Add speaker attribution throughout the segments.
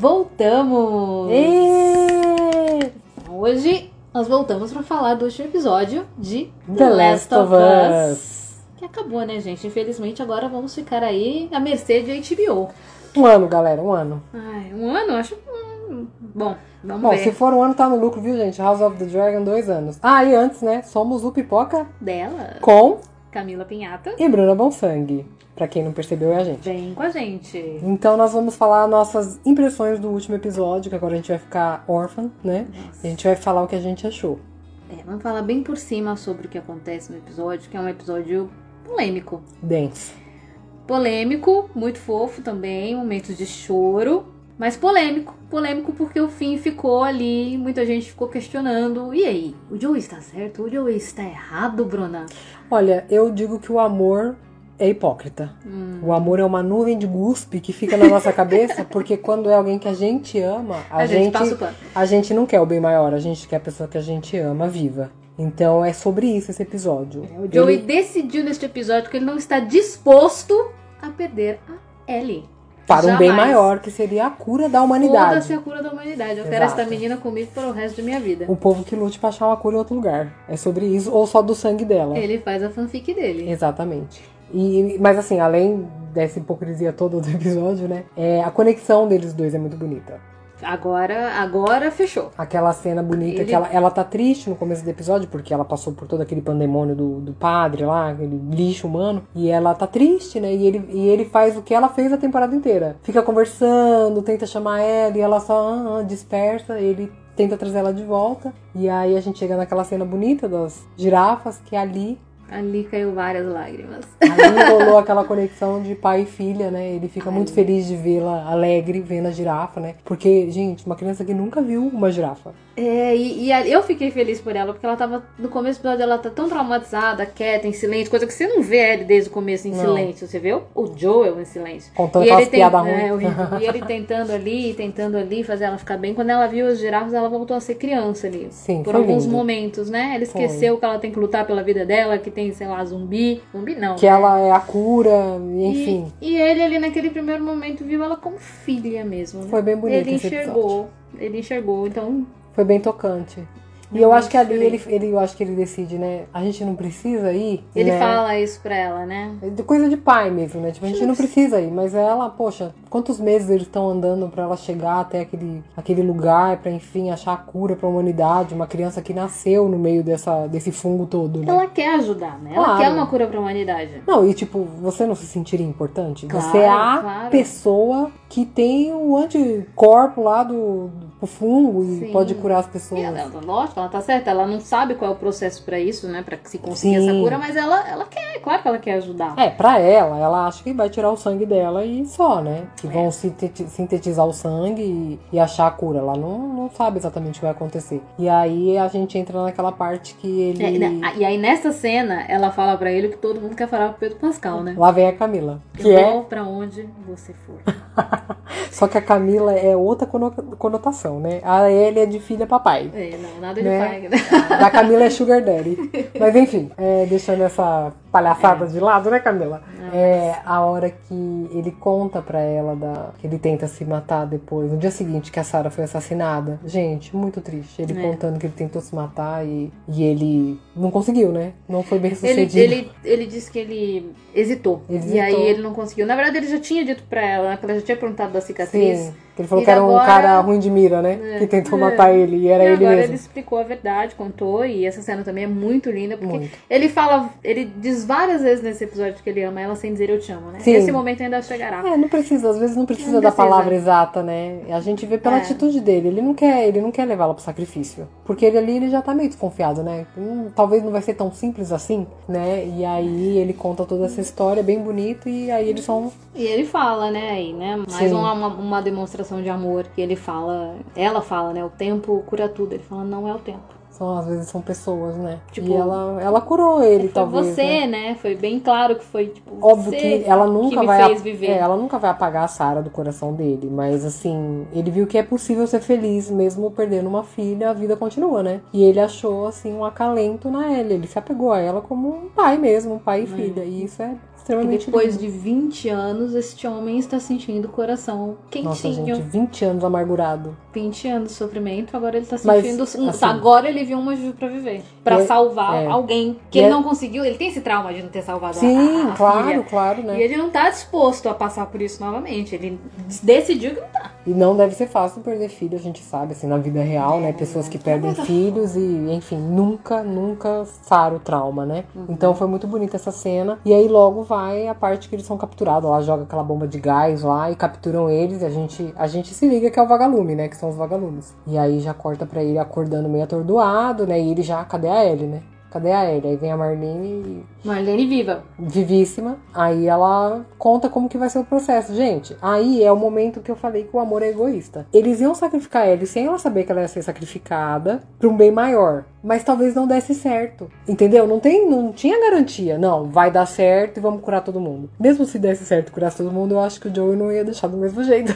Speaker 1: Voltamos!
Speaker 2: E...
Speaker 1: Hoje nós voltamos pra falar do último episódio de
Speaker 2: The, Last of Us.
Speaker 1: Que acabou, né, gente? Infelizmente agora vamos ficar aí à mercê de HBO.
Speaker 2: Um ano, galera, um ano.
Speaker 1: Ai, um ano? Acho. hum, Bom, vamos
Speaker 2: Bom,
Speaker 1: ver.
Speaker 2: se for um ano, tá no lucro, viu, gente? House of the Dragon, dois anos. Ah, e antes, né? Somos o Pipoca
Speaker 1: Dela,
Speaker 2: com
Speaker 1: Camila Pinhata,
Speaker 2: e Bruna Bonsangue. Pra quem não percebeu, é a gente.
Speaker 1: vem com a gente.
Speaker 2: Então nós vamos falar nossas impressões do último episódio, que agora a gente vai ficar órfã, né? E a gente vai falar o que a gente achou.
Speaker 1: É, vamos falar bem por cima sobre o que acontece no episódio, que é um episódio polêmico.
Speaker 2: Dance.
Speaker 1: Polêmico, muito fofo também, momentos de choro, mas polêmico. Polêmico porque o fim ficou ali, muita gente ficou questionando. E aí, o Joey está certo? O Joey está errado, Bruna?
Speaker 2: Olha, eu digo que o amor é hipócrita.
Speaker 1: Hum,
Speaker 2: O amor é uma nuvem de guspe que fica na nossa cabeça, porque quando é alguém que a gente ama, a,
Speaker 1: a, gente,
Speaker 2: gente,
Speaker 1: passa o pano.
Speaker 2: a gente não quer o bem maior, a gente quer a pessoa que a gente ama viva. Então é sobre isso esse episódio.
Speaker 1: É, O Joey decidiu neste episódio que ele não está disposto a perder a Ellie.
Speaker 2: para um bem
Speaker 1: jamais.
Speaker 2: maior, que seria a cura da
Speaker 1: Foda-se
Speaker 2: humanidade.
Speaker 1: a cura da humanidade. Eu quero
Speaker 2: Exato.
Speaker 1: esta menina comigo para o resto da minha vida.
Speaker 2: O povo que lute pra achar uma cura em outro lugar. É sobre isso, ou só do sangue dela.
Speaker 1: Ele faz a fanfic dele.
Speaker 2: Exatamente. E, mas assim, além dessa hipocrisia toda do episódio, né? é, a conexão deles dois é muito bonita.
Speaker 1: Agora, agora fechou.
Speaker 2: Aquela cena bonita
Speaker 1: Ele-
Speaker 2: que ela, ela tá triste no começo do episódio, porque ela passou por todo aquele pandemônio do, do padre lá, aquele lixo humano. E ela tá triste, né? E ele, e ele faz o que ela fez a temporada inteira. Fica conversando, tenta chamar ela, e ela só ah, ah, dispersa, ele tenta trazer ela de volta. E aí a gente chega naquela cena bonita das girafas, que ali,
Speaker 1: Ali caiu várias lágrimas.
Speaker 2: ali rolou aquela conexão de pai e filha, né? Ele fica
Speaker 1: Ai.
Speaker 2: muito feliz de vê-la alegre, vendo a girafa, né? Porque, gente, uma criança que nunca viu uma girafa.
Speaker 1: É, e, e a- eu fiquei feliz por ela, porque ela tava. No começo do episódio, ela tá tão traumatizada, quieta, em silêncio, coisa que você não vê ele desde o começo em
Speaker 2: Não.
Speaker 1: silêncio, você viu? O Joel em silêncio.
Speaker 2: Contando
Speaker 1: e
Speaker 2: aquelas
Speaker 1: tem-
Speaker 2: piadas ruins.
Speaker 1: é, horrível. e ele tentando ali, tentando ali, fazer ela ficar bem. Quando ela viu os girafas, ela voltou a ser criança ali.
Speaker 2: Sim,
Speaker 1: Por
Speaker 2: foi
Speaker 1: alguns
Speaker 2: lindo.
Speaker 1: momentos, né? Ela
Speaker 2: Foi.
Speaker 1: esqueceu que ela tem que lutar pela vida dela, que tem, sei lá, zumbi. Zumbi não.
Speaker 2: Que
Speaker 1: né?
Speaker 2: ela é a cura,
Speaker 1: E-
Speaker 2: enfim.
Speaker 1: E, ele ali naquele primeiro momento viu ela como filha mesmo. né?
Speaker 2: Foi bem bonito
Speaker 1: Ele
Speaker 2: esse episódio.
Speaker 1: enxergou. Ele enxergou. Então,
Speaker 2: Foi bem tocante. E eu
Speaker 1: Realmente
Speaker 2: acho que ali ele,
Speaker 1: Uhum, diferente.
Speaker 2: ele, eu acho que ele decide, né? A gente não precisa ir.
Speaker 1: ele
Speaker 2: né?
Speaker 1: fala isso pra ela, né?
Speaker 2: É de Coisa de pai mesmo, né? Tipo, a gente não precisa ir, mas ela, poxa, quantos meses eles estão andando pra ela chegar até aquele, aquele lugar, pra enfim achar a cura pra humanidade, uma criança que nasceu no meio dessa, desse fungo todo, né?
Speaker 1: Ela quer ajudar, né? Ela
Speaker 2: Claro.
Speaker 1: quer uma cura pra humanidade.
Speaker 2: Não, e tipo, você não se sentiria importante?
Speaker 1: Claro,
Speaker 2: você é a
Speaker 1: claro.
Speaker 2: pessoa que tem o anticorpo lá do, do fungo e
Speaker 1: Sim.
Speaker 2: pode curar as
Speaker 1: E
Speaker 2: pessoas.
Speaker 1: ela, lógico, ela tá certa. Ela não sabe qual é o processo pra isso, né? Pra se conseguir
Speaker 2: Sim.
Speaker 1: essa cura, mas ela, ela quer, é claro que ela quer ajudar.
Speaker 2: É, pra ela, ela acha que vai tirar o sangue dela e só, né? Que
Speaker 1: É.
Speaker 2: vão sinteti- sintetizar o sangue e, e achar a cura. Ela não, não sabe exatamente o que vai acontecer. E aí a gente entra naquela parte que ele.
Speaker 1: É, né? E aí, nessa cena, ela fala pra ele o que todo mundo quer falar pro Pedro Pascal, né?
Speaker 2: Lá vem a Camila. Que
Speaker 1: Eu
Speaker 2: é.
Speaker 1: vou pra onde você for.
Speaker 2: Só que a Camila é outra cono- conotação, né? A ele é de filha papai.
Speaker 1: É, não, nada de
Speaker 2: Né?
Speaker 1: pai, né?
Speaker 2: Da Camila é Sugar Daddy. Mas enfim, é, deixando essa
Speaker 1: É.
Speaker 2: palhaçada de lado, né, Camila? É, a hora que ele conta pra ela da, que ele tenta se matar depois, no dia seguinte que a Sarah foi assassinada. Gente, muito triste. Ele
Speaker 1: É.
Speaker 2: contando que ele tentou se matar e, e ele não conseguiu, né? Não foi bem
Speaker 1: Ele,
Speaker 2: sucedido.
Speaker 1: ele, ele disse que ele hesitou. né?
Speaker 2: Ele
Speaker 1: E aí
Speaker 2: hesitou.
Speaker 1: ele não conseguiu. Na verdade, ele já tinha dito pra ela, né? Que ela já tinha perguntado da cicatriz.
Speaker 2: Sim, que ele falou
Speaker 1: E
Speaker 2: que era um
Speaker 1: agora-
Speaker 2: cara ruim de mira, né?
Speaker 1: É.
Speaker 2: Que tentou
Speaker 1: É.
Speaker 2: matar ele e era
Speaker 1: e
Speaker 2: ele
Speaker 1: agora
Speaker 2: mesmo.
Speaker 1: ele explicou a verdade, contou, e essa cena também é muito linda, porque
Speaker 2: Muito.
Speaker 1: ele fala, ele diz várias vezes nesse episódio que ele ama ela sem dizer eu te amo, né?
Speaker 2: Sim.
Speaker 1: Esse momento ainda chegará.
Speaker 2: É, não precisa, às vezes não precisa
Speaker 1: Não
Speaker 2: da
Speaker 1: precisa.
Speaker 2: palavra exata, né? A gente vê pela
Speaker 1: É.
Speaker 2: atitude dele, ele não quer, ele não quer levá-la pro sacrifício, porque ele ali ele já tá meio desconfiado, né? Hum, talvez não vai ser tão simples assim, né? E aí ele conta toda essa história bem bonito e aí eles são
Speaker 1: E ele fala, né, aí, né? Mais
Speaker 2: Sim.
Speaker 1: uma, uma, uma demonstração de amor que ele fala, ela fala, né? O tempo cura tudo. Ele fala, não é o tempo.
Speaker 2: são às vezes são pessoas, né?
Speaker 1: Tipo,
Speaker 2: e ela ela curou ele
Speaker 1: foi
Speaker 2: talvez. né?
Speaker 1: você, né? Foi bem claro que foi, tipo,
Speaker 2: Óbvio
Speaker 1: você
Speaker 2: que é ela nunca
Speaker 1: que me
Speaker 2: vai
Speaker 1: fez viver.
Speaker 2: é, ela nunca vai apagar a Sarah do coração dele, mas assim, ele viu que é possível ser feliz mesmo perdendo uma filha, a vida continua, né? E ele achou assim um acalento na Ellie, ele se apegou a ela como um pai mesmo, um pai e
Speaker 1: É.
Speaker 2: filha, e isso é
Speaker 1: E
Speaker 2: Extremamente
Speaker 1: depois
Speaker 2: lindo.
Speaker 1: de 20 anos, este homem está sentindo o coração
Speaker 2: Nossa,
Speaker 1: quentinho.
Speaker 2: gente, 20 anos amargurado.
Speaker 1: 20 anos de sofrimento, agora ele tá
Speaker 2: Mas,
Speaker 1: sentindo. um-
Speaker 2: assim,
Speaker 1: agora ele viu uma Ju pra viver. Pra
Speaker 2: É,
Speaker 1: salvar
Speaker 2: é.
Speaker 1: alguém.
Speaker 2: E
Speaker 1: Que ele
Speaker 2: é-
Speaker 1: não conseguiu. Ele tem esse trauma de não ter salvado a-
Speaker 2: Sim,
Speaker 1: a, a
Speaker 2: claro,
Speaker 1: filha.
Speaker 2: claro,
Speaker 1: E
Speaker 2: né?
Speaker 1: ele não tá disposto a passar por isso novamente. Ele decidiu que não tá.
Speaker 2: E não deve ser fácil perder filho, a gente sabe, assim, na vida real, né? Pessoas que perdem filhos e, enfim, nunca, nunca sara o trauma, né? Então foi muito bonita essa cena. E aí logo vai a parte que eles são capturados. Lá joga aquela bomba de gás lá e capturam eles. E a gente, a gente se liga que é o vagalume, né? Que são os vagalumes. E aí já corta pra ele acordando meio atordoado, né? E ele já, cadê a Ellie, né? Cadê a Ellie? Aí vem a Marlene e
Speaker 1: Marlene viva.
Speaker 2: vivíssima. Aí ela conta como que vai ser o processo. Gente, aí é o momento que eu falei que o amor é egoísta. Eles iam sacrificar ela sem ela saber que ela ia ser sacrificada pra um bem maior. Mas talvez não desse certo. Entendeu? Não tem, não tinha garantia. Não, vai dar certo e vamos curar todo mundo. Mesmo se desse certo e curasse todo mundo, eu acho que o Joey não ia deixar do mesmo jeito.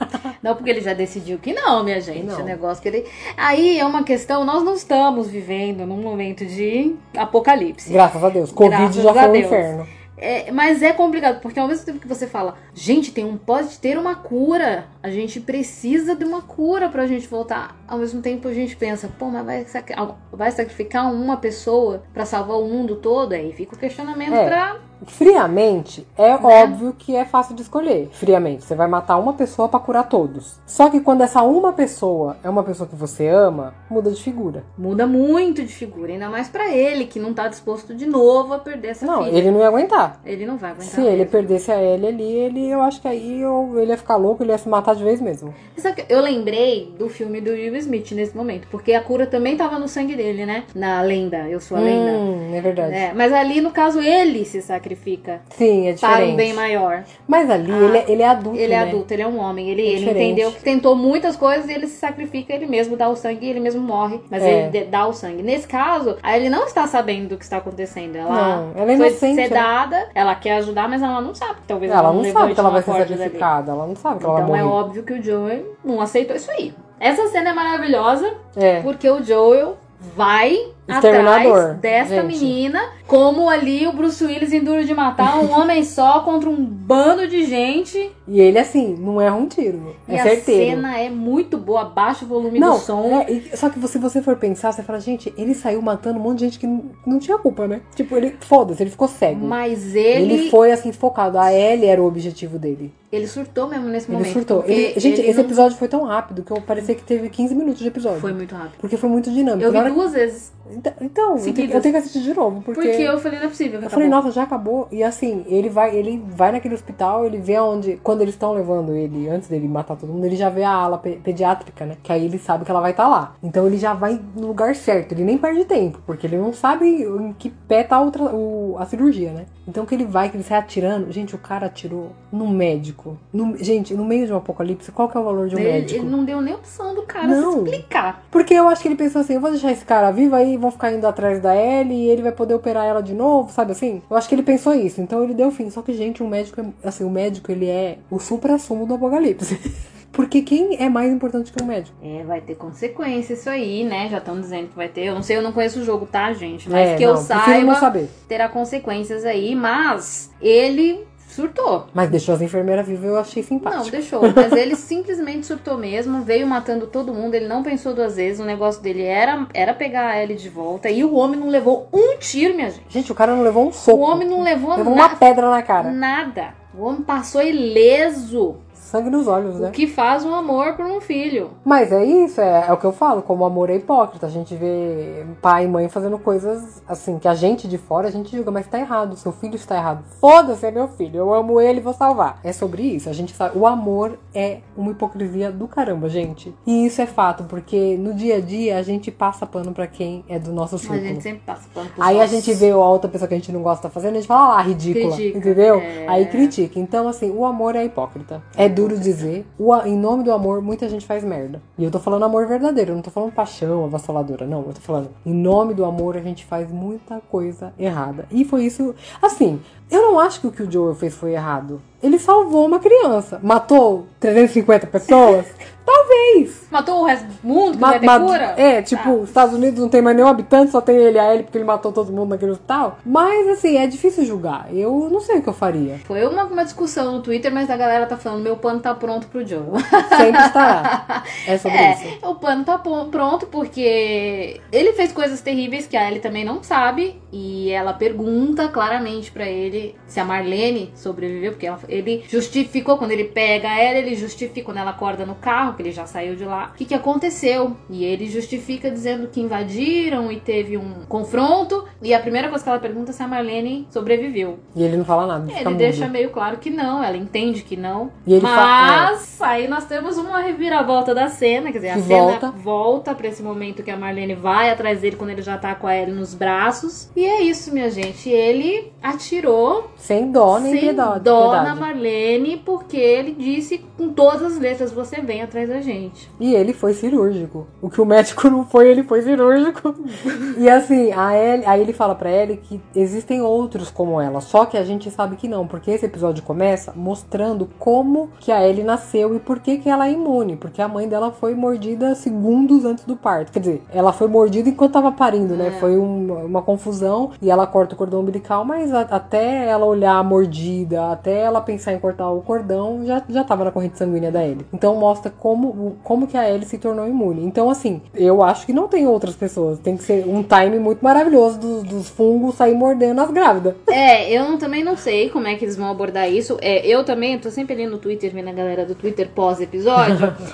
Speaker 1: Não, porque ele já decidiu que não, minha gente.
Speaker 2: Não.
Speaker 1: O negócio que ele. Aí é uma questão, nós não estamos vivendo num momento de apocalipse.
Speaker 2: Graças a Deus. Covid
Speaker 1: Graças
Speaker 2: já
Speaker 1: a
Speaker 2: foi o
Speaker 1: Deus.
Speaker 2: inferno.
Speaker 1: É, mas é complicado, porque ao mesmo tempo que você fala, gente, tem um, pode ter uma cura, a gente precisa de uma cura pra gente voltar. Ao mesmo tempo a gente pensa, pô, mas vai, sacri- vai sacrificar uma pessoa pra salvar o mundo todo? Aí fica o questionamento
Speaker 2: É.
Speaker 1: pra.
Speaker 2: Friamente, é
Speaker 1: Né?
Speaker 2: óbvio que é fácil de escolher. Friamente, você vai matar uma pessoa pra curar todos. Só que quando essa uma pessoa é uma pessoa que você ama, muda de figura.
Speaker 1: Muda muito de figura, ainda mais pra ele, que não tá disposto de novo a perder essa
Speaker 2: Não,
Speaker 1: filha.
Speaker 2: ele não ia aguentar.
Speaker 1: Ele não vai aguentar.
Speaker 2: Se ele
Speaker 1: mesmo.
Speaker 2: perdesse a Ellie ali, ele, eu acho que aí eu- ele ia ficar louco, ele ia se matar de vez mesmo.
Speaker 1: Sabe que eu lembrei do filme do Will Smith nesse momento, porque a cura também tava no sangue dele, né? Na lenda, eu sou a lenda.
Speaker 2: Hum, é verdade.
Speaker 1: É, mas ali, no caso, ele se sacrifica
Speaker 2: Sim, é
Speaker 1: para
Speaker 2: diferente.
Speaker 1: um bem maior.
Speaker 2: Mas ali
Speaker 1: Ah,
Speaker 2: ele, é- ele é adulto,
Speaker 1: ele é
Speaker 2: né?
Speaker 1: adulto, ele é um homem. Ele,
Speaker 2: É
Speaker 1: ele
Speaker 2: diferente.
Speaker 1: entendeu que tentou muitas coisas e ele se sacrifica, ele mesmo dá o sangue e ele mesmo morre. Mas
Speaker 2: É.
Speaker 1: ele de- dá o sangue. Nesse caso, aí ele não está sabendo do que está acontecendo. Ela
Speaker 2: Não, ela é
Speaker 1: foi
Speaker 2: inocente, né?
Speaker 1: sedada, ela quer ajudar, mas ela não sabe. Talvez
Speaker 2: Ela não sabe
Speaker 1: levante
Speaker 2: que ela
Speaker 1: uma
Speaker 2: vai ser
Speaker 1: corda dali.
Speaker 2: sacrificada, ela não sabe que ela
Speaker 1: Então
Speaker 2: vai
Speaker 1: é
Speaker 2: morrer.
Speaker 1: óbvio que o Joel não aceitou isso aí. Essa cena é maravilhosa
Speaker 2: É,
Speaker 1: porque o Joel vai
Speaker 2: Exterminador,
Speaker 1: atrás dessa
Speaker 2: gente.
Speaker 1: menina, como ali o Bruce Willis em Duro de Matar, um homem só contra um bando de gente.
Speaker 2: E ele, assim, não erra um tiro.
Speaker 1: E
Speaker 2: é
Speaker 1: a
Speaker 2: certeiro.
Speaker 1: cena é muito boa, baixa o volume do som.
Speaker 2: é, e- só que você- se você for pensar, você fala, gente, ele saiu matando um monte de gente que n- não tinha culpa, né? Tipo, ele, foda-se, ele ficou cego.
Speaker 1: Mas
Speaker 2: é, ele...
Speaker 1: ele, ele,
Speaker 2: foi assim focado. A Ellie era o objetivo dele.
Speaker 1: surtou mesmo nesse
Speaker 2: Ele
Speaker 1: momento.
Speaker 2: surtou.
Speaker 1: porque
Speaker 2: Ele- gente,
Speaker 1: ele
Speaker 2: esse
Speaker 1: não-
Speaker 2: episódio foi tão rápido que eu parecia que teve 15 minutos de episódio.
Speaker 1: foi muito rápido.
Speaker 2: Porque foi muito dinâmico.
Speaker 1: Eu
Speaker 2: Na
Speaker 1: vi
Speaker 2: hora-
Speaker 1: duas vezes.
Speaker 2: Então- Então, eu tenho-
Speaker 1: seguidas.
Speaker 2: eu tenho que assistir de novo. Porque,
Speaker 1: Porque, eu falei, não é possível. que
Speaker 2: eu falei,
Speaker 1: acabou.
Speaker 2: nossa, já acabou. E assim, ele vai, ele vai naquele hospital, ele vê onde. Quando eles estão levando ele, antes dele matar todo mundo, ele já vê a ala pe- pediátrica, né? Que aí ele sabe que ela vai estar lá. Então ele já vai no lugar certo. Ele nem perde tempo, porque ele não sabe em que pé tá o tra- o- a cirurgia, né? Então que ele vai, que ele sai atirando. Gente, o cara atirou num médico. No- gente, no meio de um apocalipse, qual que é o valor de um
Speaker 1: ele,
Speaker 2: médico?
Speaker 1: ele não deu nem opção do cara
Speaker 2: Não.
Speaker 1: se explicar.
Speaker 2: Porque eu acho que ele pensou assim, eu vou deixar esse cara vivo aí, vão ficar indo atrás da Ellie e ele vai poder operar ela de novo, sabe assim? Eu acho que ele pensou isso, então ele deu fim. Só que, gente, o médico, é- assim, o médico, ele é o supra-sumo do apocalipse. Porque quem é mais importante que o médico?
Speaker 1: É, vai ter consequência isso aí, né? Já estão dizendo que vai ter. Eu não sei, eu não conheço o jogo, tá, gente? Mas
Speaker 2: é,
Speaker 1: que eu
Speaker 2: não, prefiro
Speaker 1: saiba,
Speaker 2: não saber.
Speaker 1: terá consequências aí. Mas ele surtou.
Speaker 2: Mas deixou as enfermeiras vivas, eu achei
Speaker 1: Não,
Speaker 2: simpático.
Speaker 1: deixou. Mas ele simplesmente surtou mesmo, veio matando todo mundo, ele não pensou duas vezes. O negócio dele era, era pegar a Ellie de volta. E o homem não levou um tiro, minha gente.
Speaker 2: Gente, o cara não levou um
Speaker 1: O
Speaker 2: soco.
Speaker 1: homem não levou,
Speaker 2: levou uma
Speaker 1: nada.
Speaker 2: pedra na cara.
Speaker 1: Nada. O homem passou ileso.
Speaker 2: Sangue nos olhos, né?
Speaker 1: O que faz um amor por um filho.
Speaker 2: Mas é isso, é, é o que eu falo, como amor é hipócrita. A gente vê pai e mãe fazendo coisas assim que a gente de fora a gente julga, mas tá errado, seu filho está errado. Foda-se, é meu filho, eu amo ele, vou salvar. É sobre isso, a gente sabe. O amor é uma hipocrisia do caramba, gente. E isso é fato, porque no dia a dia a gente passa pano pra quem é do nosso
Speaker 1: Mas a gente
Speaker 2: círculo.
Speaker 1: sempre passa pano pros
Speaker 2: Aí a
Speaker 1: nossos.
Speaker 2: gente vê a outra pessoa que a gente não gosta fazendo, a gente fala, ah, ridícula,
Speaker 1: Critica,
Speaker 2: entendeu?
Speaker 1: é.
Speaker 2: Aí critica. Então, assim, o amor é hipócrita. É duro dizer. O a- em nome do amor, muita gente faz merda. E eu tô falando amor verdadeiro, eu não tô falando paixão avassaladora, não. Eu tô falando, em nome do amor, a gente faz muita coisa errada. E foi isso, assim, Eu não acho que o que o Joel fez foi errado. Ele salvou uma criança. Matou 350 pessoas? Talvez.
Speaker 1: Matou o resto do mundo que
Speaker 2: Ma-
Speaker 1: vai ter
Speaker 2: ma-
Speaker 1: cura? Tá.
Speaker 2: É, tipo, os Estados Unidos não tem mais nenhum habitante, só tem ele e a ele, porque ele matou todo mundo naquele hospital. Mas, assim, é difícil julgar. Eu não sei o que eu faria.
Speaker 1: Foi uma, uma discussão no Twitter, mas a galera tá falando: meu pano tá pronto pro Joel.
Speaker 2: Sempre estará. É sobre
Speaker 1: É,
Speaker 2: isso.
Speaker 1: o plano tá pon- pronto porque ele fez coisas terríveis que a Ellie também não sabe e ela pergunta claramente pra ele se a Marlene sobreviveu, porque ela- ele justificou quando ele pega ela, ele justifica quando ela acorda no carro, que ele já saiu de lá, o que, que aconteceu. E ele justifica dizendo que invadiram e teve um confronto e a primeira coisa que ela pergunta é se a Marlene sobreviveu.
Speaker 2: E ele não fala nada. Ele,
Speaker 1: Ele deixa meio claro que não, ela entende que não,
Speaker 2: E ele fala.
Speaker 1: mas aí nós temos uma reviravolta da cena, quer dizer, a
Speaker 2: Que
Speaker 1: cena
Speaker 2: volta.
Speaker 1: volta, pra esse momento que a Marlene vai atrás dele quando ele já tá com a Ellie nos braços. E é isso, minha gente. Ele atirou
Speaker 2: é, Sem dó nem
Speaker 1: sem
Speaker 2: piedade.
Speaker 1: dó
Speaker 2: piedade.
Speaker 1: na Marlene porque ele disse com todas as letras: Você vem atrás da gente.
Speaker 2: E ele foi cirúrgico. O que o médico não foi, ele foi cirúrgico. e assim, a Ellie, aí ele fala pra Ellie que existem outros como ela, só que a gente sabe que não, porque esse episódio começa mostrando como que a Ellie nasceu e por que que ela é imune, porque a mãe dela foi mordida segundos antes do parto. Quer dizer, ela foi mordida enquanto tava parindo, né? Foi uma, uma confusão e ela corta o cordão umbilical, mas a- até ela olhar a mordida, até ela pensar em cortar o cordão, já, já tava na corrente sanguínea da Ellie. Então mostra como, o- como que a Ellie se tornou imune. Então, assim, eu acho que não tem outras pessoas. Tem que ser um time muito maravilhoso dos, dos fungos sair mordendo as grávidas.
Speaker 1: É, eu não- também não sei como é que eles vão abordar isso. É, eu também tô sempre ali no Twitter, vendo a galera do Twitter pós-episódio.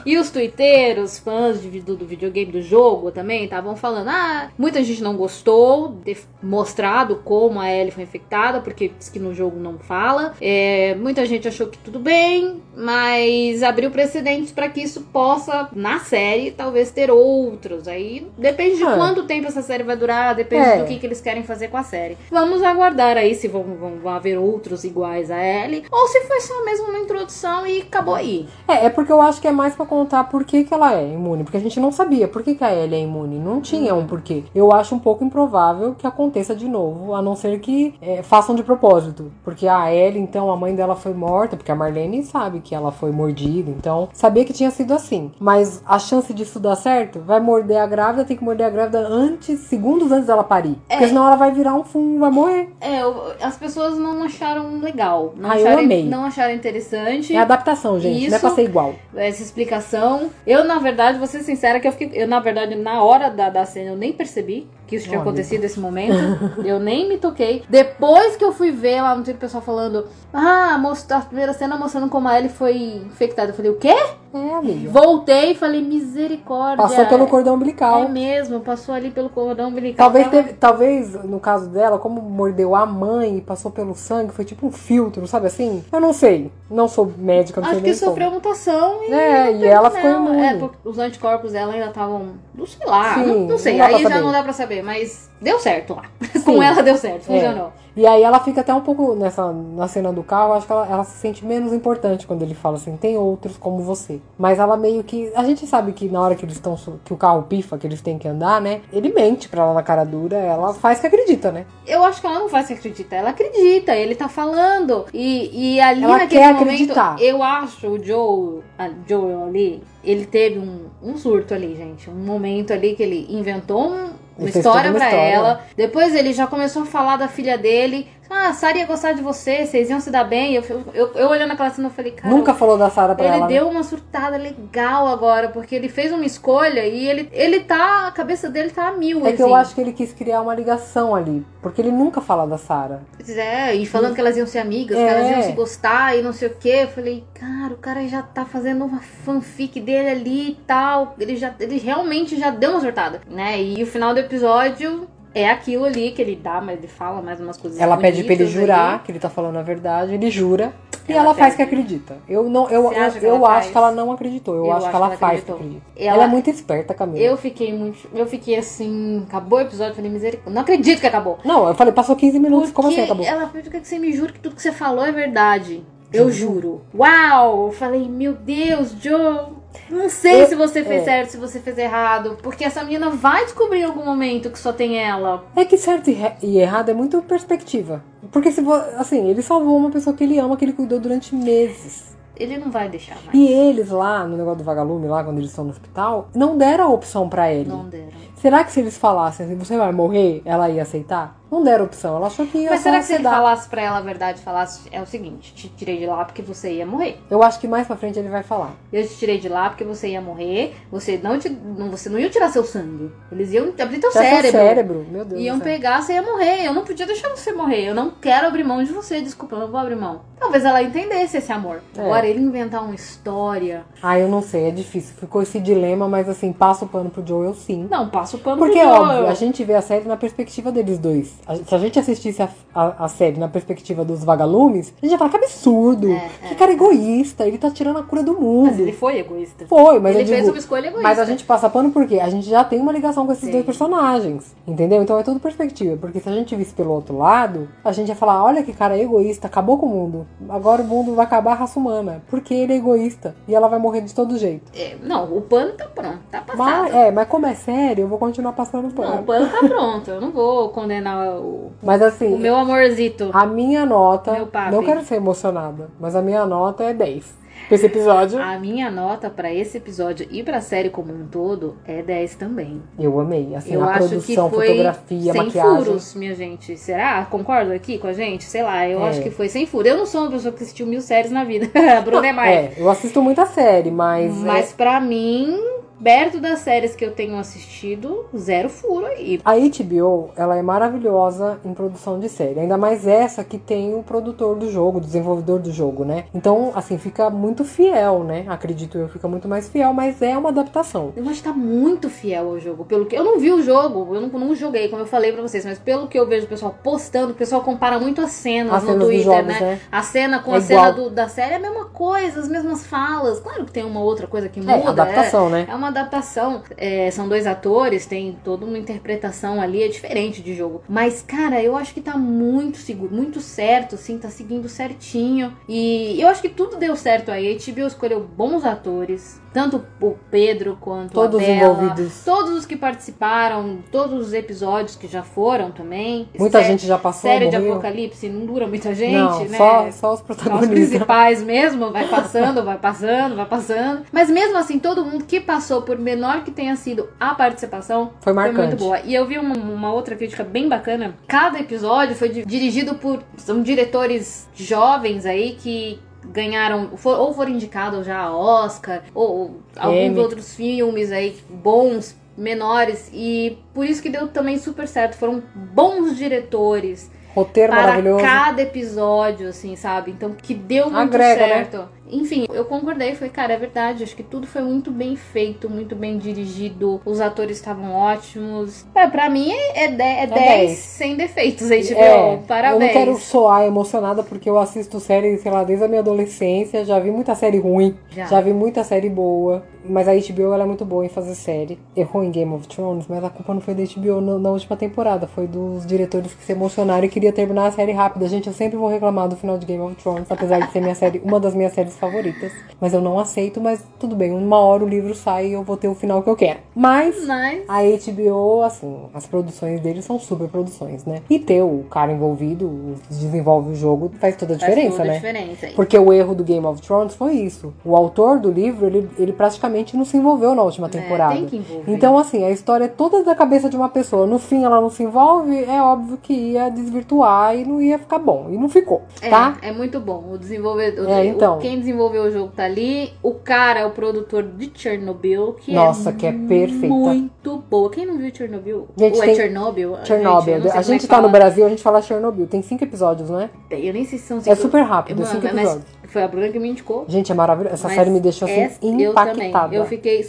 Speaker 1: e os twitteiros, fãs de vi- do, do videogame, do jogo também, estavam falando: ah, muita gente não gostou de f- mostrado como a Ellie foi infectada, porque diz que no jogo não fala. É, muita gente achou que tudo bem, mas abriu precedentes pra que isso possa, na série, talvez ter outros. Aí depende de
Speaker 2: Ah.
Speaker 1: quanto quanto tempo essa série vai durar, depende
Speaker 2: É.
Speaker 1: do que, que eles querem fazer com a série. Vamos aguardar aí se vão, vão, vão haver outros iguais a Ellie, ou se foi só mesmo uma introdução e acabou aí.
Speaker 2: É, é porque eu acho que é mais pra contar por que, que ela é imune. Porque a gente não sabia por que, que a Ellie é imune. Não tinha um porquê. Eu acho um pouco improvável que aconteça de novo, a não ser que é, façam de propósito. Porque a Ellie, então, a mãe dela foi morta, porque a Marlene sabe que ela foi mordida. Então, sabia que tinha sido assim. Mas a chance disso dar certo, vai morder a grávida, tem que morder a grávida antes, segundos antes dela parir. Porque senão ela vai virar um fungo, vai morrer.
Speaker 1: É, eu- as pessoas não acharam legal. Não
Speaker 2: Ah, eu
Speaker 1: acharam,
Speaker 2: amei.
Speaker 1: Não acharam interessante
Speaker 2: É adaptação, gente. Não é pra
Speaker 1: Isso-
Speaker 2: ser igual.
Speaker 1: essa explicação. Eu, na verdade, vou ser sincera que eu fiquei... Eu, na verdade, na hora da, da cena, eu nem percebi que isso tinha
Speaker 2: Olha.
Speaker 1: acontecido esse momento. eu nem me toquei. Depois que eu fui ver lá no Twitter, o pessoal falando... Ah, mostra, a primeira cena mostrando como a Ellie foi infectada. Eu falei, o quê?
Speaker 2: É, amiga.
Speaker 1: Voltei e falei, misericórdia.
Speaker 2: Passou pelo cordão umbilical.
Speaker 1: É mesmo, passou ali pelo cordão umbilical.
Speaker 2: Talvez,
Speaker 1: Ela-
Speaker 2: teve- talvez, no caso dela, como mordeu a mãe e passou pelo sangue, foi tipo um filtro, sabe assim? Eu não sei. Não sou médica, não
Speaker 1: Acho
Speaker 2: sei
Speaker 1: que
Speaker 2: nem como.
Speaker 1: sofreu mutação e.
Speaker 2: É,
Speaker 1: não
Speaker 2: e
Speaker 1: tem-
Speaker 2: ela ficou
Speaker 1: não,
Speaker 2: imune.
Speaker 1: É, porque os anticorpos dela ainda estavam. Não sei lá,
Speaker 2: Sim,
Speaker 1: não, não sei.
Speaker 2: não dá pra
Speaker 1: aí já
Speaker 2: saber.
Speaker 1: não dá pra saber, mas deu certo lá.
Speaker 2: Sim. É.
Speaker 1: Com ela deu certo, funcionou.
Speaker 2: E aí ela fica até um pouco nessa na cena do carro, acho que ela, ela se sente menos importante quando ele fala assim, tem outros como você. Mas ela meio que. A gente sabe que na hora que eles estão. so- que o carro pifa, que eles têm que andar, né? Ele mente pra ela na cara dura, ela faz que acredita, né?
Speaker 1: Eu acho que ela não faz se acreditar. Ela acredita, ele tá falando. E, e ali
Speaker 2: Ela
Speaker 1: naquele
Speaker 2: quer
Speaker 1: momento,
Speaker 2: acreditar.
Speaker 1: eu acho o Joe, a Joel ali, ele teve um, um surto ali, gente. Um momento ali que ele inventou um- uma
Speaker 2: Ele fez
Speaker 1: história
Speaker 2: toda uma
Speaker 1: pra
Speaker 2: história.
Speaker 1: ela. Depois ele já começou a falar da filha dele. Ah, a Sarah ia gostar de você, vocês iam se dar bem. Eu, eu, eu, eu olhando aquela cena, eu falei, cara.
Speaker 2: Nunca falou da Sara pra
Speaker 1: Ele
Speaker 2: ela. né?
Speaker 1: deu uma surtada legal agora, porque ele fez uma escolha e ele, ele tá. A cabeça dele tá a mil.
Speaker 2: É
Speaker 1: assim.
Speaker 2: que eu acho que ele quis criar uma ligação ali. Porque ele nunca fala da Sara.
Speaker 1: Pois é, e falando que elas iam ser amigas,
Speaker 2: É.
Speaker 1: que elas iam se gostar e não sei o que. Eu falei, cara, o cara já tá fazendo uma fanfic dele ali e tal. Ele, já, ele realmente já deu uma surtada, né? E o final do episódio é aquilo ali que ele dá, mas ele fala mais umas coisas.
Speaker 2: Ela pede pra ele
Speaker 1: bonitas
Speaker 2: jurar
Speaker 1: ali.
Speaker 2: que ele tá falando a verdade, ele jura. E ela,
Speaker 1: Ela
Speaker 2: faz que
Speaker 1: pede.
Speaker 2: acredita. Eu não, eu,
Speaker 1: Você acha
Speaker 2: eu,
Speaker 1: que ela
Speaker 2: eu acho
Speaker 1: faz?
Speaker 2: que ela não acreditou. Eu, acho que ela, faz que
Speaker 1: acreditou.
Speaker 2: acredita. Ela,
Speaker 1: Ela-
Speaker 2: é muito esperta, Camila.
Speaker 1: Eu fiquei muito. Eu fiquei assim. Acabou o episódio, eu falei, misericórdia. Não acredito que acabou.
Speaker 2: Não, eu falei, passou 15 minutos,
Speaker 1: Porque
Speaker 2: como assim acabou?
Speaker 1: ela pediu que você me jura que tudo que você falou é verdade. Eu juro. Uau! Eu falei, meu Deus, Joe. Não sei se você fez
Speaker 2: É.
Speaker 1: certo, se você fez errado. Porque essa menina vai descobrir em algum momento que só tem ela.
Speaker 2: É que certo e re- e errado é muito perspectiva. Porque se vo- assim, ele salvou uma pessoa que ele ama, que ele cuidou durante meses.
Speaker 1: Ele não vai deixar mais.
Speaker 2: E eles lá, no negócio do vagalume, lá quando eles estão no hospital, não deram a opção pra ele.
Speaker 1: Não deram.
Speaker 2: Será que se eles falassem assim, você vai morrer, ela ia aceitar? Não deram opção, ela achou que ia
Speaker 1: Mas
Speaker 2: só
Speaker 1: será que se ele
Speaker 2: sedar.
Speaker 1: falasse pra ela a verdade, falasse, é o seguinte, te tirei de lá porque você ia morrer.
Speaker 2: Eu acho que mais pra frente ele vai falar.
Speaker 1: Eu te tirei de lá porque você ia morrer. Você não, te, não, você não ia tirar seu sangue. Eles iam abrir teu
Speaker 2: Já que é o
Speaker 1: cérebro.
Speaker 2: cérebro, meu Deus
Speaker 1: Iam
Speaker 2: do céu.
Speaker 1: pegar, você ia morrer. Eu não podia deixar você morrer. Eu não quero abrir mão de você. Desculpa, eu não vou abrir mão. Talvez ela entendesse esse amor.
Speaker 2: É.
Speaker 1: Agora, ele inventar uma história.
Speaker 2: Ah, eu não sei, é difícil. Ficou esse dilema, mas assim, passa o pano pro Joel sim.
Speaker 1: Não, passa o pano
Speaker 2: Porque é
Speaker 1: pro Joel.
Speaker 2: óbvio, a gente vê a série na perspectiva deles dois. A- Se a gente assistisse a, a- a série na perspectiva dos vagalumes, a gente ia falar que absurdo,
Speaker 1: É,
Speaker 2: que cara egoísta, ele tá tirando a cura do mundo.
Speaker 1: Mas ele foi egoísta.
Speaker 2: Foi, mas
Speaker 1: ele
Speaker 2: eu
Speaker 1: fez
Speaker 2: digo,
Speaker 1: uma escolha egoísta.
Speaker 2: Mas a gente passa pano por quê? A gente já tem uma ligação com esses
Speaker 1: é. Sim.
Speaker 2: dois personagens, entendeu? Então é tudo perspectiva, porque se a gente visse pelo outro lado, a gente ia falar, olha que cara egoísta, acabou com o mundo. Agora o mundo vai acabar a raça humana, porque ele é egoísta e ela vai morrer de todo jeito.
Speaker 1: É, não, o pano tá pronto. Tá passado.
Speaker 2: Mas, é, mas como é sério, eu vou continuar passando
Speaker 1: Não, o
Speaker 2: pano.
Speaker 1: pano tá pronto. Eu não vou condenar o,
Speaker 2: Mas assim,
Speaker 1: o meu amorzito.
Speaker 2: a minha nota,
Speaker 1: Meu papi.
Speaker 2: não quero ser emocionada, mas a minha nota é 10 pra esse episódio.
Speaker 1: A minha nota pra esse episódio e pra série como um todo é 10 também.
Speaker 2: Eu amei, assim,
Speaker 1: Eu
Speaker 2: a
Speaker 1: acho
Speaker 2: produção,
Speaker 1: que foi
Speaker 2: fotografia,
Speaker 1: sem
Speaker 2: maquiagem.
Speaker 1: furos, minha gente. Será? Concorda aqui com a gente? Sei lá, eu
Speaker 2: É.
Speaker 1: acho que foi sem furo. Eu não sou uma pessoa que assistiu mil séries na vida. a Bruna é mais.
Speaker 2: É, eu assisto muita série, mas,
Speaker 1: Mas pra mim, perto das séries que eu tenho assistido, zero furo aí.
Speaker 2: A HBO, ela é maravilhosa em produção de série, ainda mais essa que tem o produtor do jogo, o desenvolvedor do jogo, né? Então, assim, fica muito fiel, né? Acredito eu, fica muito mais fiel, mas é uma adaptação.
Speaker 1: Eu acho que tá muito fiel ao jogo. Pelo que eu não vi o jogo, eu não, não joguei, como eu falei pra vocês, mas pelo que eu vejo o pessoal postando, o pessoal compara muito as cenas
Speaker 2: As
Speaker 1: no
Speaker 2: cenas dos
Speaker 1: Twitter,
Speaker 2: jogos,
Speaker 1: né?
Speaker 2: né?
Speaker 1: A cena com
Speaker 2: É
Speaker 1: a cena
Speaker 2: igual.
Speaker 1: do- da série é a mesma coisa, as mesmas falas. Claro que tem uma outra coisa que
Speaker 2: É,
Speaker 1: muda.
Speaker 2: adaptação,
Speaker 1: É,
Speaker 2: né?
Speaker 1: é uma adaptação. É, são dois atores, tem toda uma interpretação ali, é diferente de jogo. Mas, cara, eu acho que tá muito seguro, muito certo, assim, tá seguindo certinho. E eu acho que tudo deu certo aí. A HBO escolheu bons atores, tanto o Pedro quanto
Speaker 2: Todos
Speaker 1: a Bela.
Speaker 2: envolvidos.
Speaker 1: Todos os que participaram, todos os episódios que já foram também.
Speaker 2: Muita
Speaker 1: Sé-
Speaker 2: gente já passou,
Speaker 1: Série de
Speaker 2: morreu.
Speaker 1: apocalipse não dura muita gente,
Speaker 2: Não,
Speaker 1: né?
Speaker 2: só, só os
Speaker 1: Só os
Speaker 2: protagonistas.
Speaker 1: principais mesmo, vai passando, vai passando, vai passando. Mas mesmo assim, todo mundo que passou, por menor que tenha sido a participação, foi
Speaker 2: Foi marcante.
Speaker 1: muito boa. E eu vi uma, uma outra crítica bem bacana. Cada episódio foi di- dirigido por. São diretores jovens aí que ganharam for- ou foram indicados já a Oscar ou, ou alguns
Speaker 2: Emmy.
Speaker 1: outros filmes aí bons menores e por isso que deu também super certo foram bons diretores
Speaker 2: Roteiro
Speaker 1: para
Speaker 2: maravilhoso.
Speaker 1: cada episódio, assim, sabe? Então, que deu muito
Speaker 2: Agrega, né?
Speaker 1: certo. Enfim, eu concordei, falei, cara, é verdade, acho que tudo foi muito bem feito, muito bem dirigido, os atores estavam ótimos. É, pra mim é 10 é dez
Speaker 2: dez.
Speaker 1: sem defeitos, HBO.
Speaker 2: É,
Speaker 1: Parabéns.
Speaker 2: Eu não quero soar emocionada porque eu assisto série, sei lá, desde a minha adolescência. Já vi muita série ruim,
Speaker 1: Já.
Speaker 2: já, vi muita série boa. Mas a HBO ela é muito boa em fazer série. Errou em Game of Thrones, mas a culpa não foi da HBO na, na última temporada. Foi dos diretores que se emocionaram e queria terminar a série rápida. Gente, eu sempre vou reclamar do final de Game of Thrones, apesar de ser minha série, uma das minhas séries favoritas. Mas eu não aceito, mas tudo bem. Uma hora o livro sai e eu vou ter o final que eu quero. Mas
Speaker 1: Mas,
Speaker 2: a HBO, assim, as produções dele são super produções, né? E ter o cara envolvido, o que desenvolve o jogo, faz toda a
Speaker 1: faz
Speaker 2: diferença,
Speaker 1: toda a
Speaker 2: né?
Speaker 1: diferença.
Speaker 2: Porque o erro do Game of Thrones foi isso. O autor do livro, ele, ele praticamente não se envolveu na última temporada.
Speaker 1: É, tem que envolver.
Speaker 2: Então, assim, a história é toda da cabeça de uma pessoa. No fim, ela não se envolve, é óbvio que ia desvirtuar e não ia ficar bom. E não ficou,
Speaker 1: É,
Speaker 2: tá?
Speaker 1: é muito bom. O desenvolvedor.
Speaker 2: É,
Speaker 1: o-
Speaker 2: então.
Speaker 1: Quem desenvolveu o jogo tá ali. O cara é o produtor de Chernobyl, que
Speaker 2: Nossa,
Speaker 1: é
Speaker 2: que é perfeita.
Speaker 1: Muito boa. Quem não viu Chernobyl?
Speaker 2: Gente,
Speaker 1: Ou é
Speaker 2: tem-
Speaker 1: Chernobyl?
Speaker 2: Chernobyl.
Speaker 1: Gente, eu não sei como
Speaker 2: a
Speaker 1: é
Speaker 2: gente
Speaker 1: que
Speaker 2: tá no
Speaker 1: fala.
Speaker 2: Brasil, a gente fala Chernobyl. Tem cinco episódios, né?
Speaker 1: Eu nem sei se são
Speaker 2: É
Speaker 1: cinco-
Speaker 2: super rápido,
Speaker 1: Mano,
Speaker 2: cinco
Speaker 1: mas
Speaker 2: episódios.
Speaker 1: foi a Bruna que me indicou.
Speaker 2: Gente, é maravilhoso. Essa
Speaker 1: Mas
Speaker 2: série me deixou assim
Speaker 1: essa- Eu também.
Speaker 2: impactada.
Speaker 1: Eu fiquei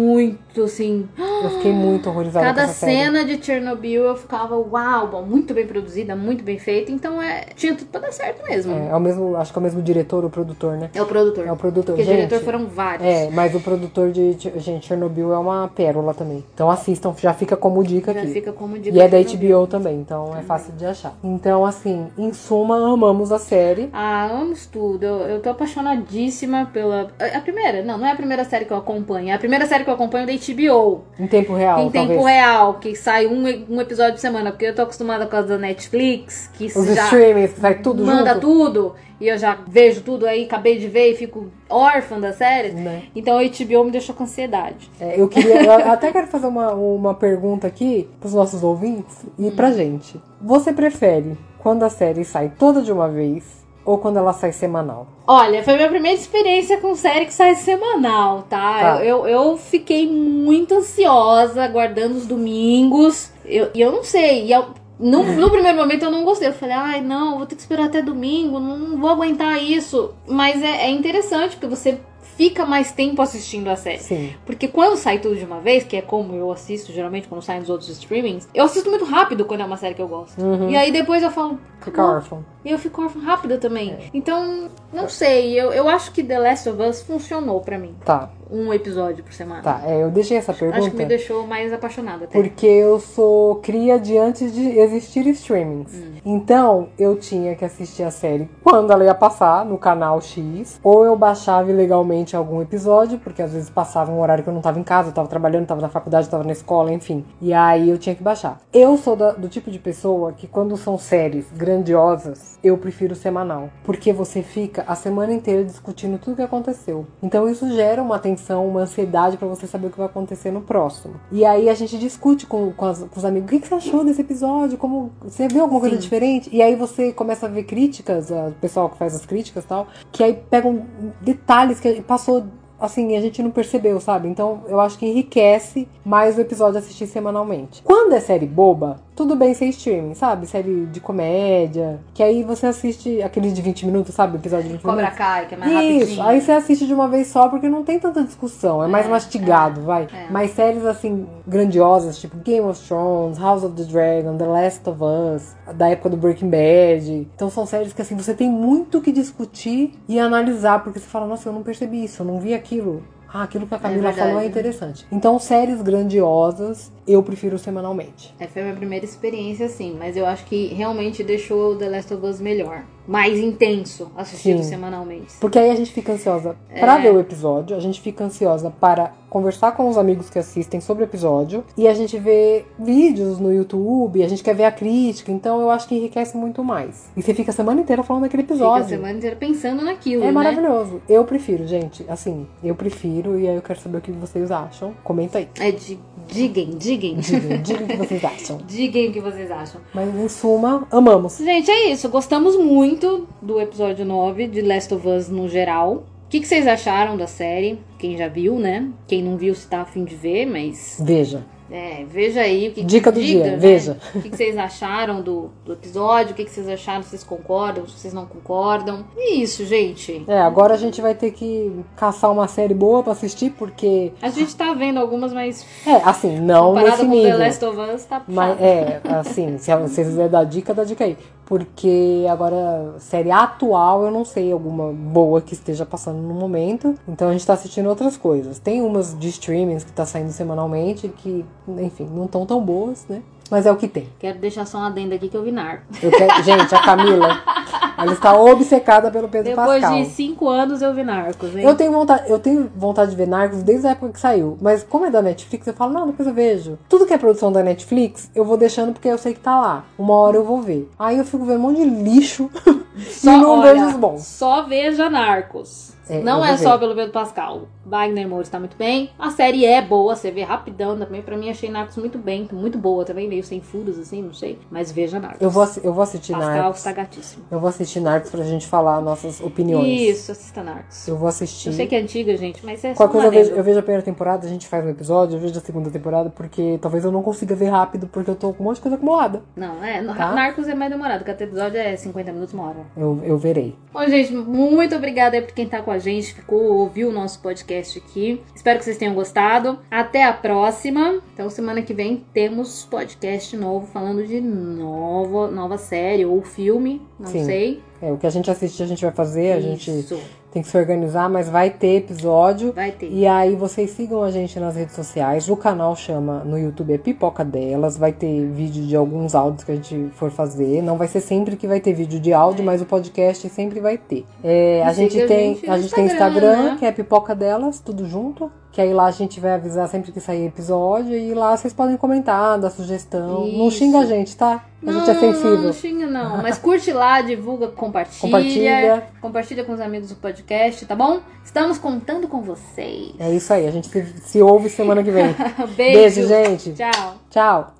Speaker 1: Muito, assim.
Speaker 2: Eu fiquei muito horrorizada
Speaker 1: Cada
Speaker 2: com essa série.
Speaker 1: cena de Chernobyl eu ficava, uau, bom, muito bem produzida, muito bem feita. Então é. Tinha tudo pra dar certo mesmo.
Speaker 2: É, é o mesmo, acho que é o mesmo diretor, o produtor, né?
Speaker 1: É, o produtor.
Speaker 2: É o produtor,
Speaker 1: Porque
Speaker 2: gente.
Speaker 1: diretor foram vários.
Speaker 2: É, mas o produtor de Ch- gente, Chernobyl é uma pérola também. Então assistam, já fica como dica
Speaker 1: Já
Speaker 2: aqui.
Speaker 1: Né, fica como dica
Speaker 2: E é
Speaker 1: de
Speaker 2: da
Speaker 1: Chernobyl.
Speaker 2: HBO também, então é fácil de achar. Então, assim, em suma, amamos a série.
Speaker 1: Ah, amamos tudo. Eu, eu tô apaixonadíssima pela. A a primeira, não, não é a primeira série que eu acompanho. É a primeira série que eu acompanho da HBO.
Speaker 2: Em tempo real,
Speaker 1: em tempo
Speaker 2: talvez.
Speaker 1: real, que sai um, um episódio por semana. Porque eu tô acostumada com as da Netflix, que
Speaker 2: Os
Speaker 1: já
Speaker 2: streamings, que sai tudo
Speaker 1: manda
Speaker 2: junto.
Speaker 1: tudo. E eu já vejo tudo aí, acabei de ver e fico órfã da série.
Speaker 2: Né?
Speaker 1: Então a HBO me deixou com ansiedade.
Speaker 2: É, eu queria. eu até quero fazer uma, uma pergunta aqui pros nossos ouvintes e
Speaker 1: Hum.
Speaker 2: pra gente. Você prefere quando a série sai toda de uma vez ou quando ela sai semanal?
Speaker 1: Olha, foi minha primeira experiência com série que sai semanal, tá?
Speaker 2: Tá.
Speaker 1: Eu, eu, eu fiquei muito ansiosa, aguardando os domingos. Eu- E eu, não sei, e eu- no, no primeiro momento eu não gostei. Eu falei, ai não, vou ter que esperar até domingo, não vou aguentar isso. Mas é, é interessante, porque você fica mais tempo assistindo a série.
Speaker 2: Sim.
Speaker 1: Porque quando sai tudo de uma vez, que é como eu assisto geralmente quando sai nos outros streamings, eu assisto muito rápido quando é uma série que eu gosto.
Speaker 2: Uhum.
Speaker 1: E aí depois eu falo,
Speaker 2: Fica
Speaker 1: "Acabou."
Speaker 2: órfão.
Speaker 1: E eu fico órfã rápida também.
Speaker 2: É.
Speaker 1: Então, não sei. Eu, eu acho que The Last of Us funcionou pra mim.
Speaker 2: Tá,
Speaker 1: Um episódio por semana.
Speaker 2: tá. É, eu deixei essa pergunta.
Speaker 1: Acho que me deixou mais apaixonada até.
Speaker 2: Porque eu sou cria de antes de existir streamings. Então, eu tinha que assistir a série quando ela ia passar, no canal X. Ou eu baixava ilegalmente algum episódio, porque às vezes passava um horário que eu não tava em casa, eu tava trabalhando, tava na faculdade, tava na escola, enfim. E aí eu tinha que baixar. Eu sou da- do tipo de pessoa que quando são séries grandiosas, eu prefiro semanal. Porque você fica a semana inteira discutindo tudo que aconteceu. Então isso gera uma tensão, uma ansiedade pra você saber o que vai acontecer no próximo. E aí a gente discute com, com, as- com os amigos: o que, que você achou desse episódio? Como Você viu alguma coisa
Speaker 1: Sim.
Speaker 2: diferente? E aí você começa a ver críticas, a- o pessoal que faz as críticas e tal, que aí pegam detalhes que passou. Assim, a gente não percebeu, sabe? Então eu acho que enriquece mais o episódio assistir semanalmente. Quando é série boba, tudo bem ser streaming, sabe? Série de comédia. Que aí você assiste aqueles de 20 minutos, sabe? Episódio de 20 minutos.
Speaker 1: Cobra Kai, que é mais
Speaker 2: Isso,
Speaker 1: rapidinho.
Speaker 2: aí você assiste de uma vez só porque não tem tanta discussão, é mais
Speaker 1: É,
Speaker 2: mastigado, vai.
Speaker 1: é.
Speaker 2: Mas séries assim, grandiosas, tipo Game of Thrones, House of the Dragon, The Last of Us, da época do Breaking Bad. Então são séries que assim, você tem muito o que discutir e analisar, porque você fala, nossa, eu não percebi isso, eu não vi aquilo. Ah, aquilo que a Camila
Speaker 1: verdade,
Speaker 2: falou é
Speaker 1: né?
Speaker 2: interessante. Então, séries grandiosas, eu prefiro semanalmente.
Speaker 1: É, foi a minha primeira experiência, sim. Mas eu acho que realmente deixou o The Last of Us melhor. Mais intenso, assistido
Speaker 2: Sim.
Speaker 1: semanalmente.
Speaker 2: Porque aí a gente fica ansiosa
Speaker 1: É.
Speaker 2: pra ver o episódio, a gente fica ansiosa para conversar com os amigos que assistem sobre o episódio, e a gente vê vídeos no YouTube, a gente quer ver a crítica, então eu acho que enriquece muito mais. E você fica a semana inteira falando daquele
Speaker 1: Fica a
Speaker 2: episódio.
Speaker 1: semana inteira pensando naquilo,
Speaker 2: É
Speaker 1: né?
Speaker 2: maravilhoso. Eu prefiro, gente. Assim, eu prefiro e aí eu quero saber o que vocês acham. Comenta aí.
Speaker 1: É de... Digam, digam.
Speaker 2: Digam, digam o que vocês acham.
Speaker 1: Digam o que vocês acham.
Speaker 2: Mas em suma, amamos.
Speaker 1: Gente, é isso. Gostamos muito do episódio 9 de Last of Us no geral. O que, que vocês acharam da série? Quem já viu, né? Quem não viu, se tá afim de ver, mas.
Speaker 2: Veja.
Speaker 1: é, veja aí o que.
Speaker 2: Dica do dia,
Speaker 1: né?
Speaker 2: veja.
Speaker 1: O que, que vocês acharam do, do episódio? O que, que vocês acharam? Vocês concordam? Vocês não concordam? E isso, gente.
Speaker 2: É, agora a gente vai ter que caçar uma série boa pra assistir, porque.
Speaker 1: A gente tá vendo algumas, mas.
Speaker 2: É, assim, não
Speaker 1: comparado
Speaker 2: nesse
Speaker 1: com
Speaker 2: nível.
Speaker 1: The Last of Us, tá
Speaker 2: Mas
Speaker 1: chato.
Speaker 2: é, assim, se você quiser dar dica, dá dica aí. Porque agora, série atual, eu não sei alguma boa que esteja passando no momento. Então a gente tá assistindo outras coisas. Tem umas de streamings que tá saindo semanalmente que, enfim, não tão tão boas, né? Mas é o que tem.
Speaker 1: Quero deixar só um adendo aqui que eu vi Narco.
Speaker 2: Eu quero- gente, a Camila, ela está obcecada pelo Pedro
Speaker 1: Depois
Speaker 2: Pascal.
Speaker 1: de cinco anos eu vi Narcos, hein?
Speaker 2: Eu tenho, vontade, eu tenho vontade de ver Narcos desde a época que saiu. Mas como é da Netflix, eu falo, não, depois eu vejo. Tudo que é produção da Netflix, eu vou deixando porque eu sei que tá lá. Uma hora eu vou ver. Aí eu fico vendo um monte de lixo e não
Speaker 1: olha,
Speaker 2: vejo os bons.
Speaker 1: Só veja Narcos.
Speaker 2: É, eu
Speaker 1: não
Speaker 2: vou
Speaker 1: é
Speaker 2: ver.
Speaker 1: só pelo Pedro Pascal. Wagner Moura está muito bem. A série é boa, você vê rapidão também. Pra mim, achei Narcos muito bem, muito boa também, meio sem furos assim, não sei. Mas veja Narcos.
Speaker 2: Eu vou, assi- eu vou assistir
Speaker 1: Pascal tá
Speaker 2: Narcos.
Speaker 1: está gatíssimo.
Speaker 2: Eu vou assistir Narcos pra gente falar nossas opiniões.
Speaker 1: Isso, assista Narcos. Eu,
Speaker 2: Eu vou assistir.
Speaker 1: sei que é antiga, gente, mas é só
Speaker 2: Qualquer
Speaker 1: um
Speaker 2: coisa eu vejo,
Speaker 1: adendo.
Speaker 2: eu vejo a primeira temporada, a gente faz um episódio, eu vejo a segunda temporada, porque talvez eu não consiga ver rápido, porque eu tô com um monte de coisa acumulada.
Speaker 1: Não, é.
Speaker 2: Tá.
Speaker 1: Narcos é mais demorado, cada episódio é 50 minutos, uma hora.
Speaker 2: Eu, eu verei.
Speaker 1: Bom, gente, muito obrigada aí por quem tá com a a gente, ficou, ouviu o nosso podcast aqui. Espero que vocês tenham gostado. Até a próxima. Então, semana que vem temos podcast novo falando de nova, nova série ou filme, não
Speaker 2: Sim.
Speaker 1: sei.
Speaker 2: É, o que a gente assistir, a gente vai fazer, a gente
Speaker 1: Isso.
Speaker 2: tem que se organizar, mas vai ter episódio.
Speaker 1: Vai ter.
Speaker 2: E aí vocês sigam a gente nas redes sociais. O canal chama no YouTube é Pipoca Delas. Vai ter vídeo de alguns áudios que a gente for fazer. Não vai ser sempre que vai ter vídeo de áudio, mas o podcast sempre vai ter. É, a
Speaker 1: É. E siga
Speaker 2: gente
Speaker 1: a
Speaker 2: tem
Speaker 1: gente no
Speaker 2: a gente tem
Speaker 1: Instagram,
Speaker 2: Instagram,
Speaker 1: né?
Speaker 2: que é Pipoca Delas, tudo junto. Que aí lá a gente vai avisar sempre que sair episódio. E lá vocês podem comentar, dar sugestão. Não
Speaker 1: Isso.
Speaker 2: xinga a gente, tá? A gente é
Speaker 1: Não, não
Speaker 2: sensível.
Speaker 1: xinga, não. Mas curte lá, divulga, compartilha.
Speaker 2: Compartilha.
Speaker 1: Compartilha com os amigos do podcast, tá bom? Estamos contando com vocês.
Speaker 2: É isso aí. A gente se, se ouve semana que vem.
Speaker 1: Beijo.
Speaker 2: Beijo gente.
Speaker 1: Tchau.
Speaker 2: Tchau.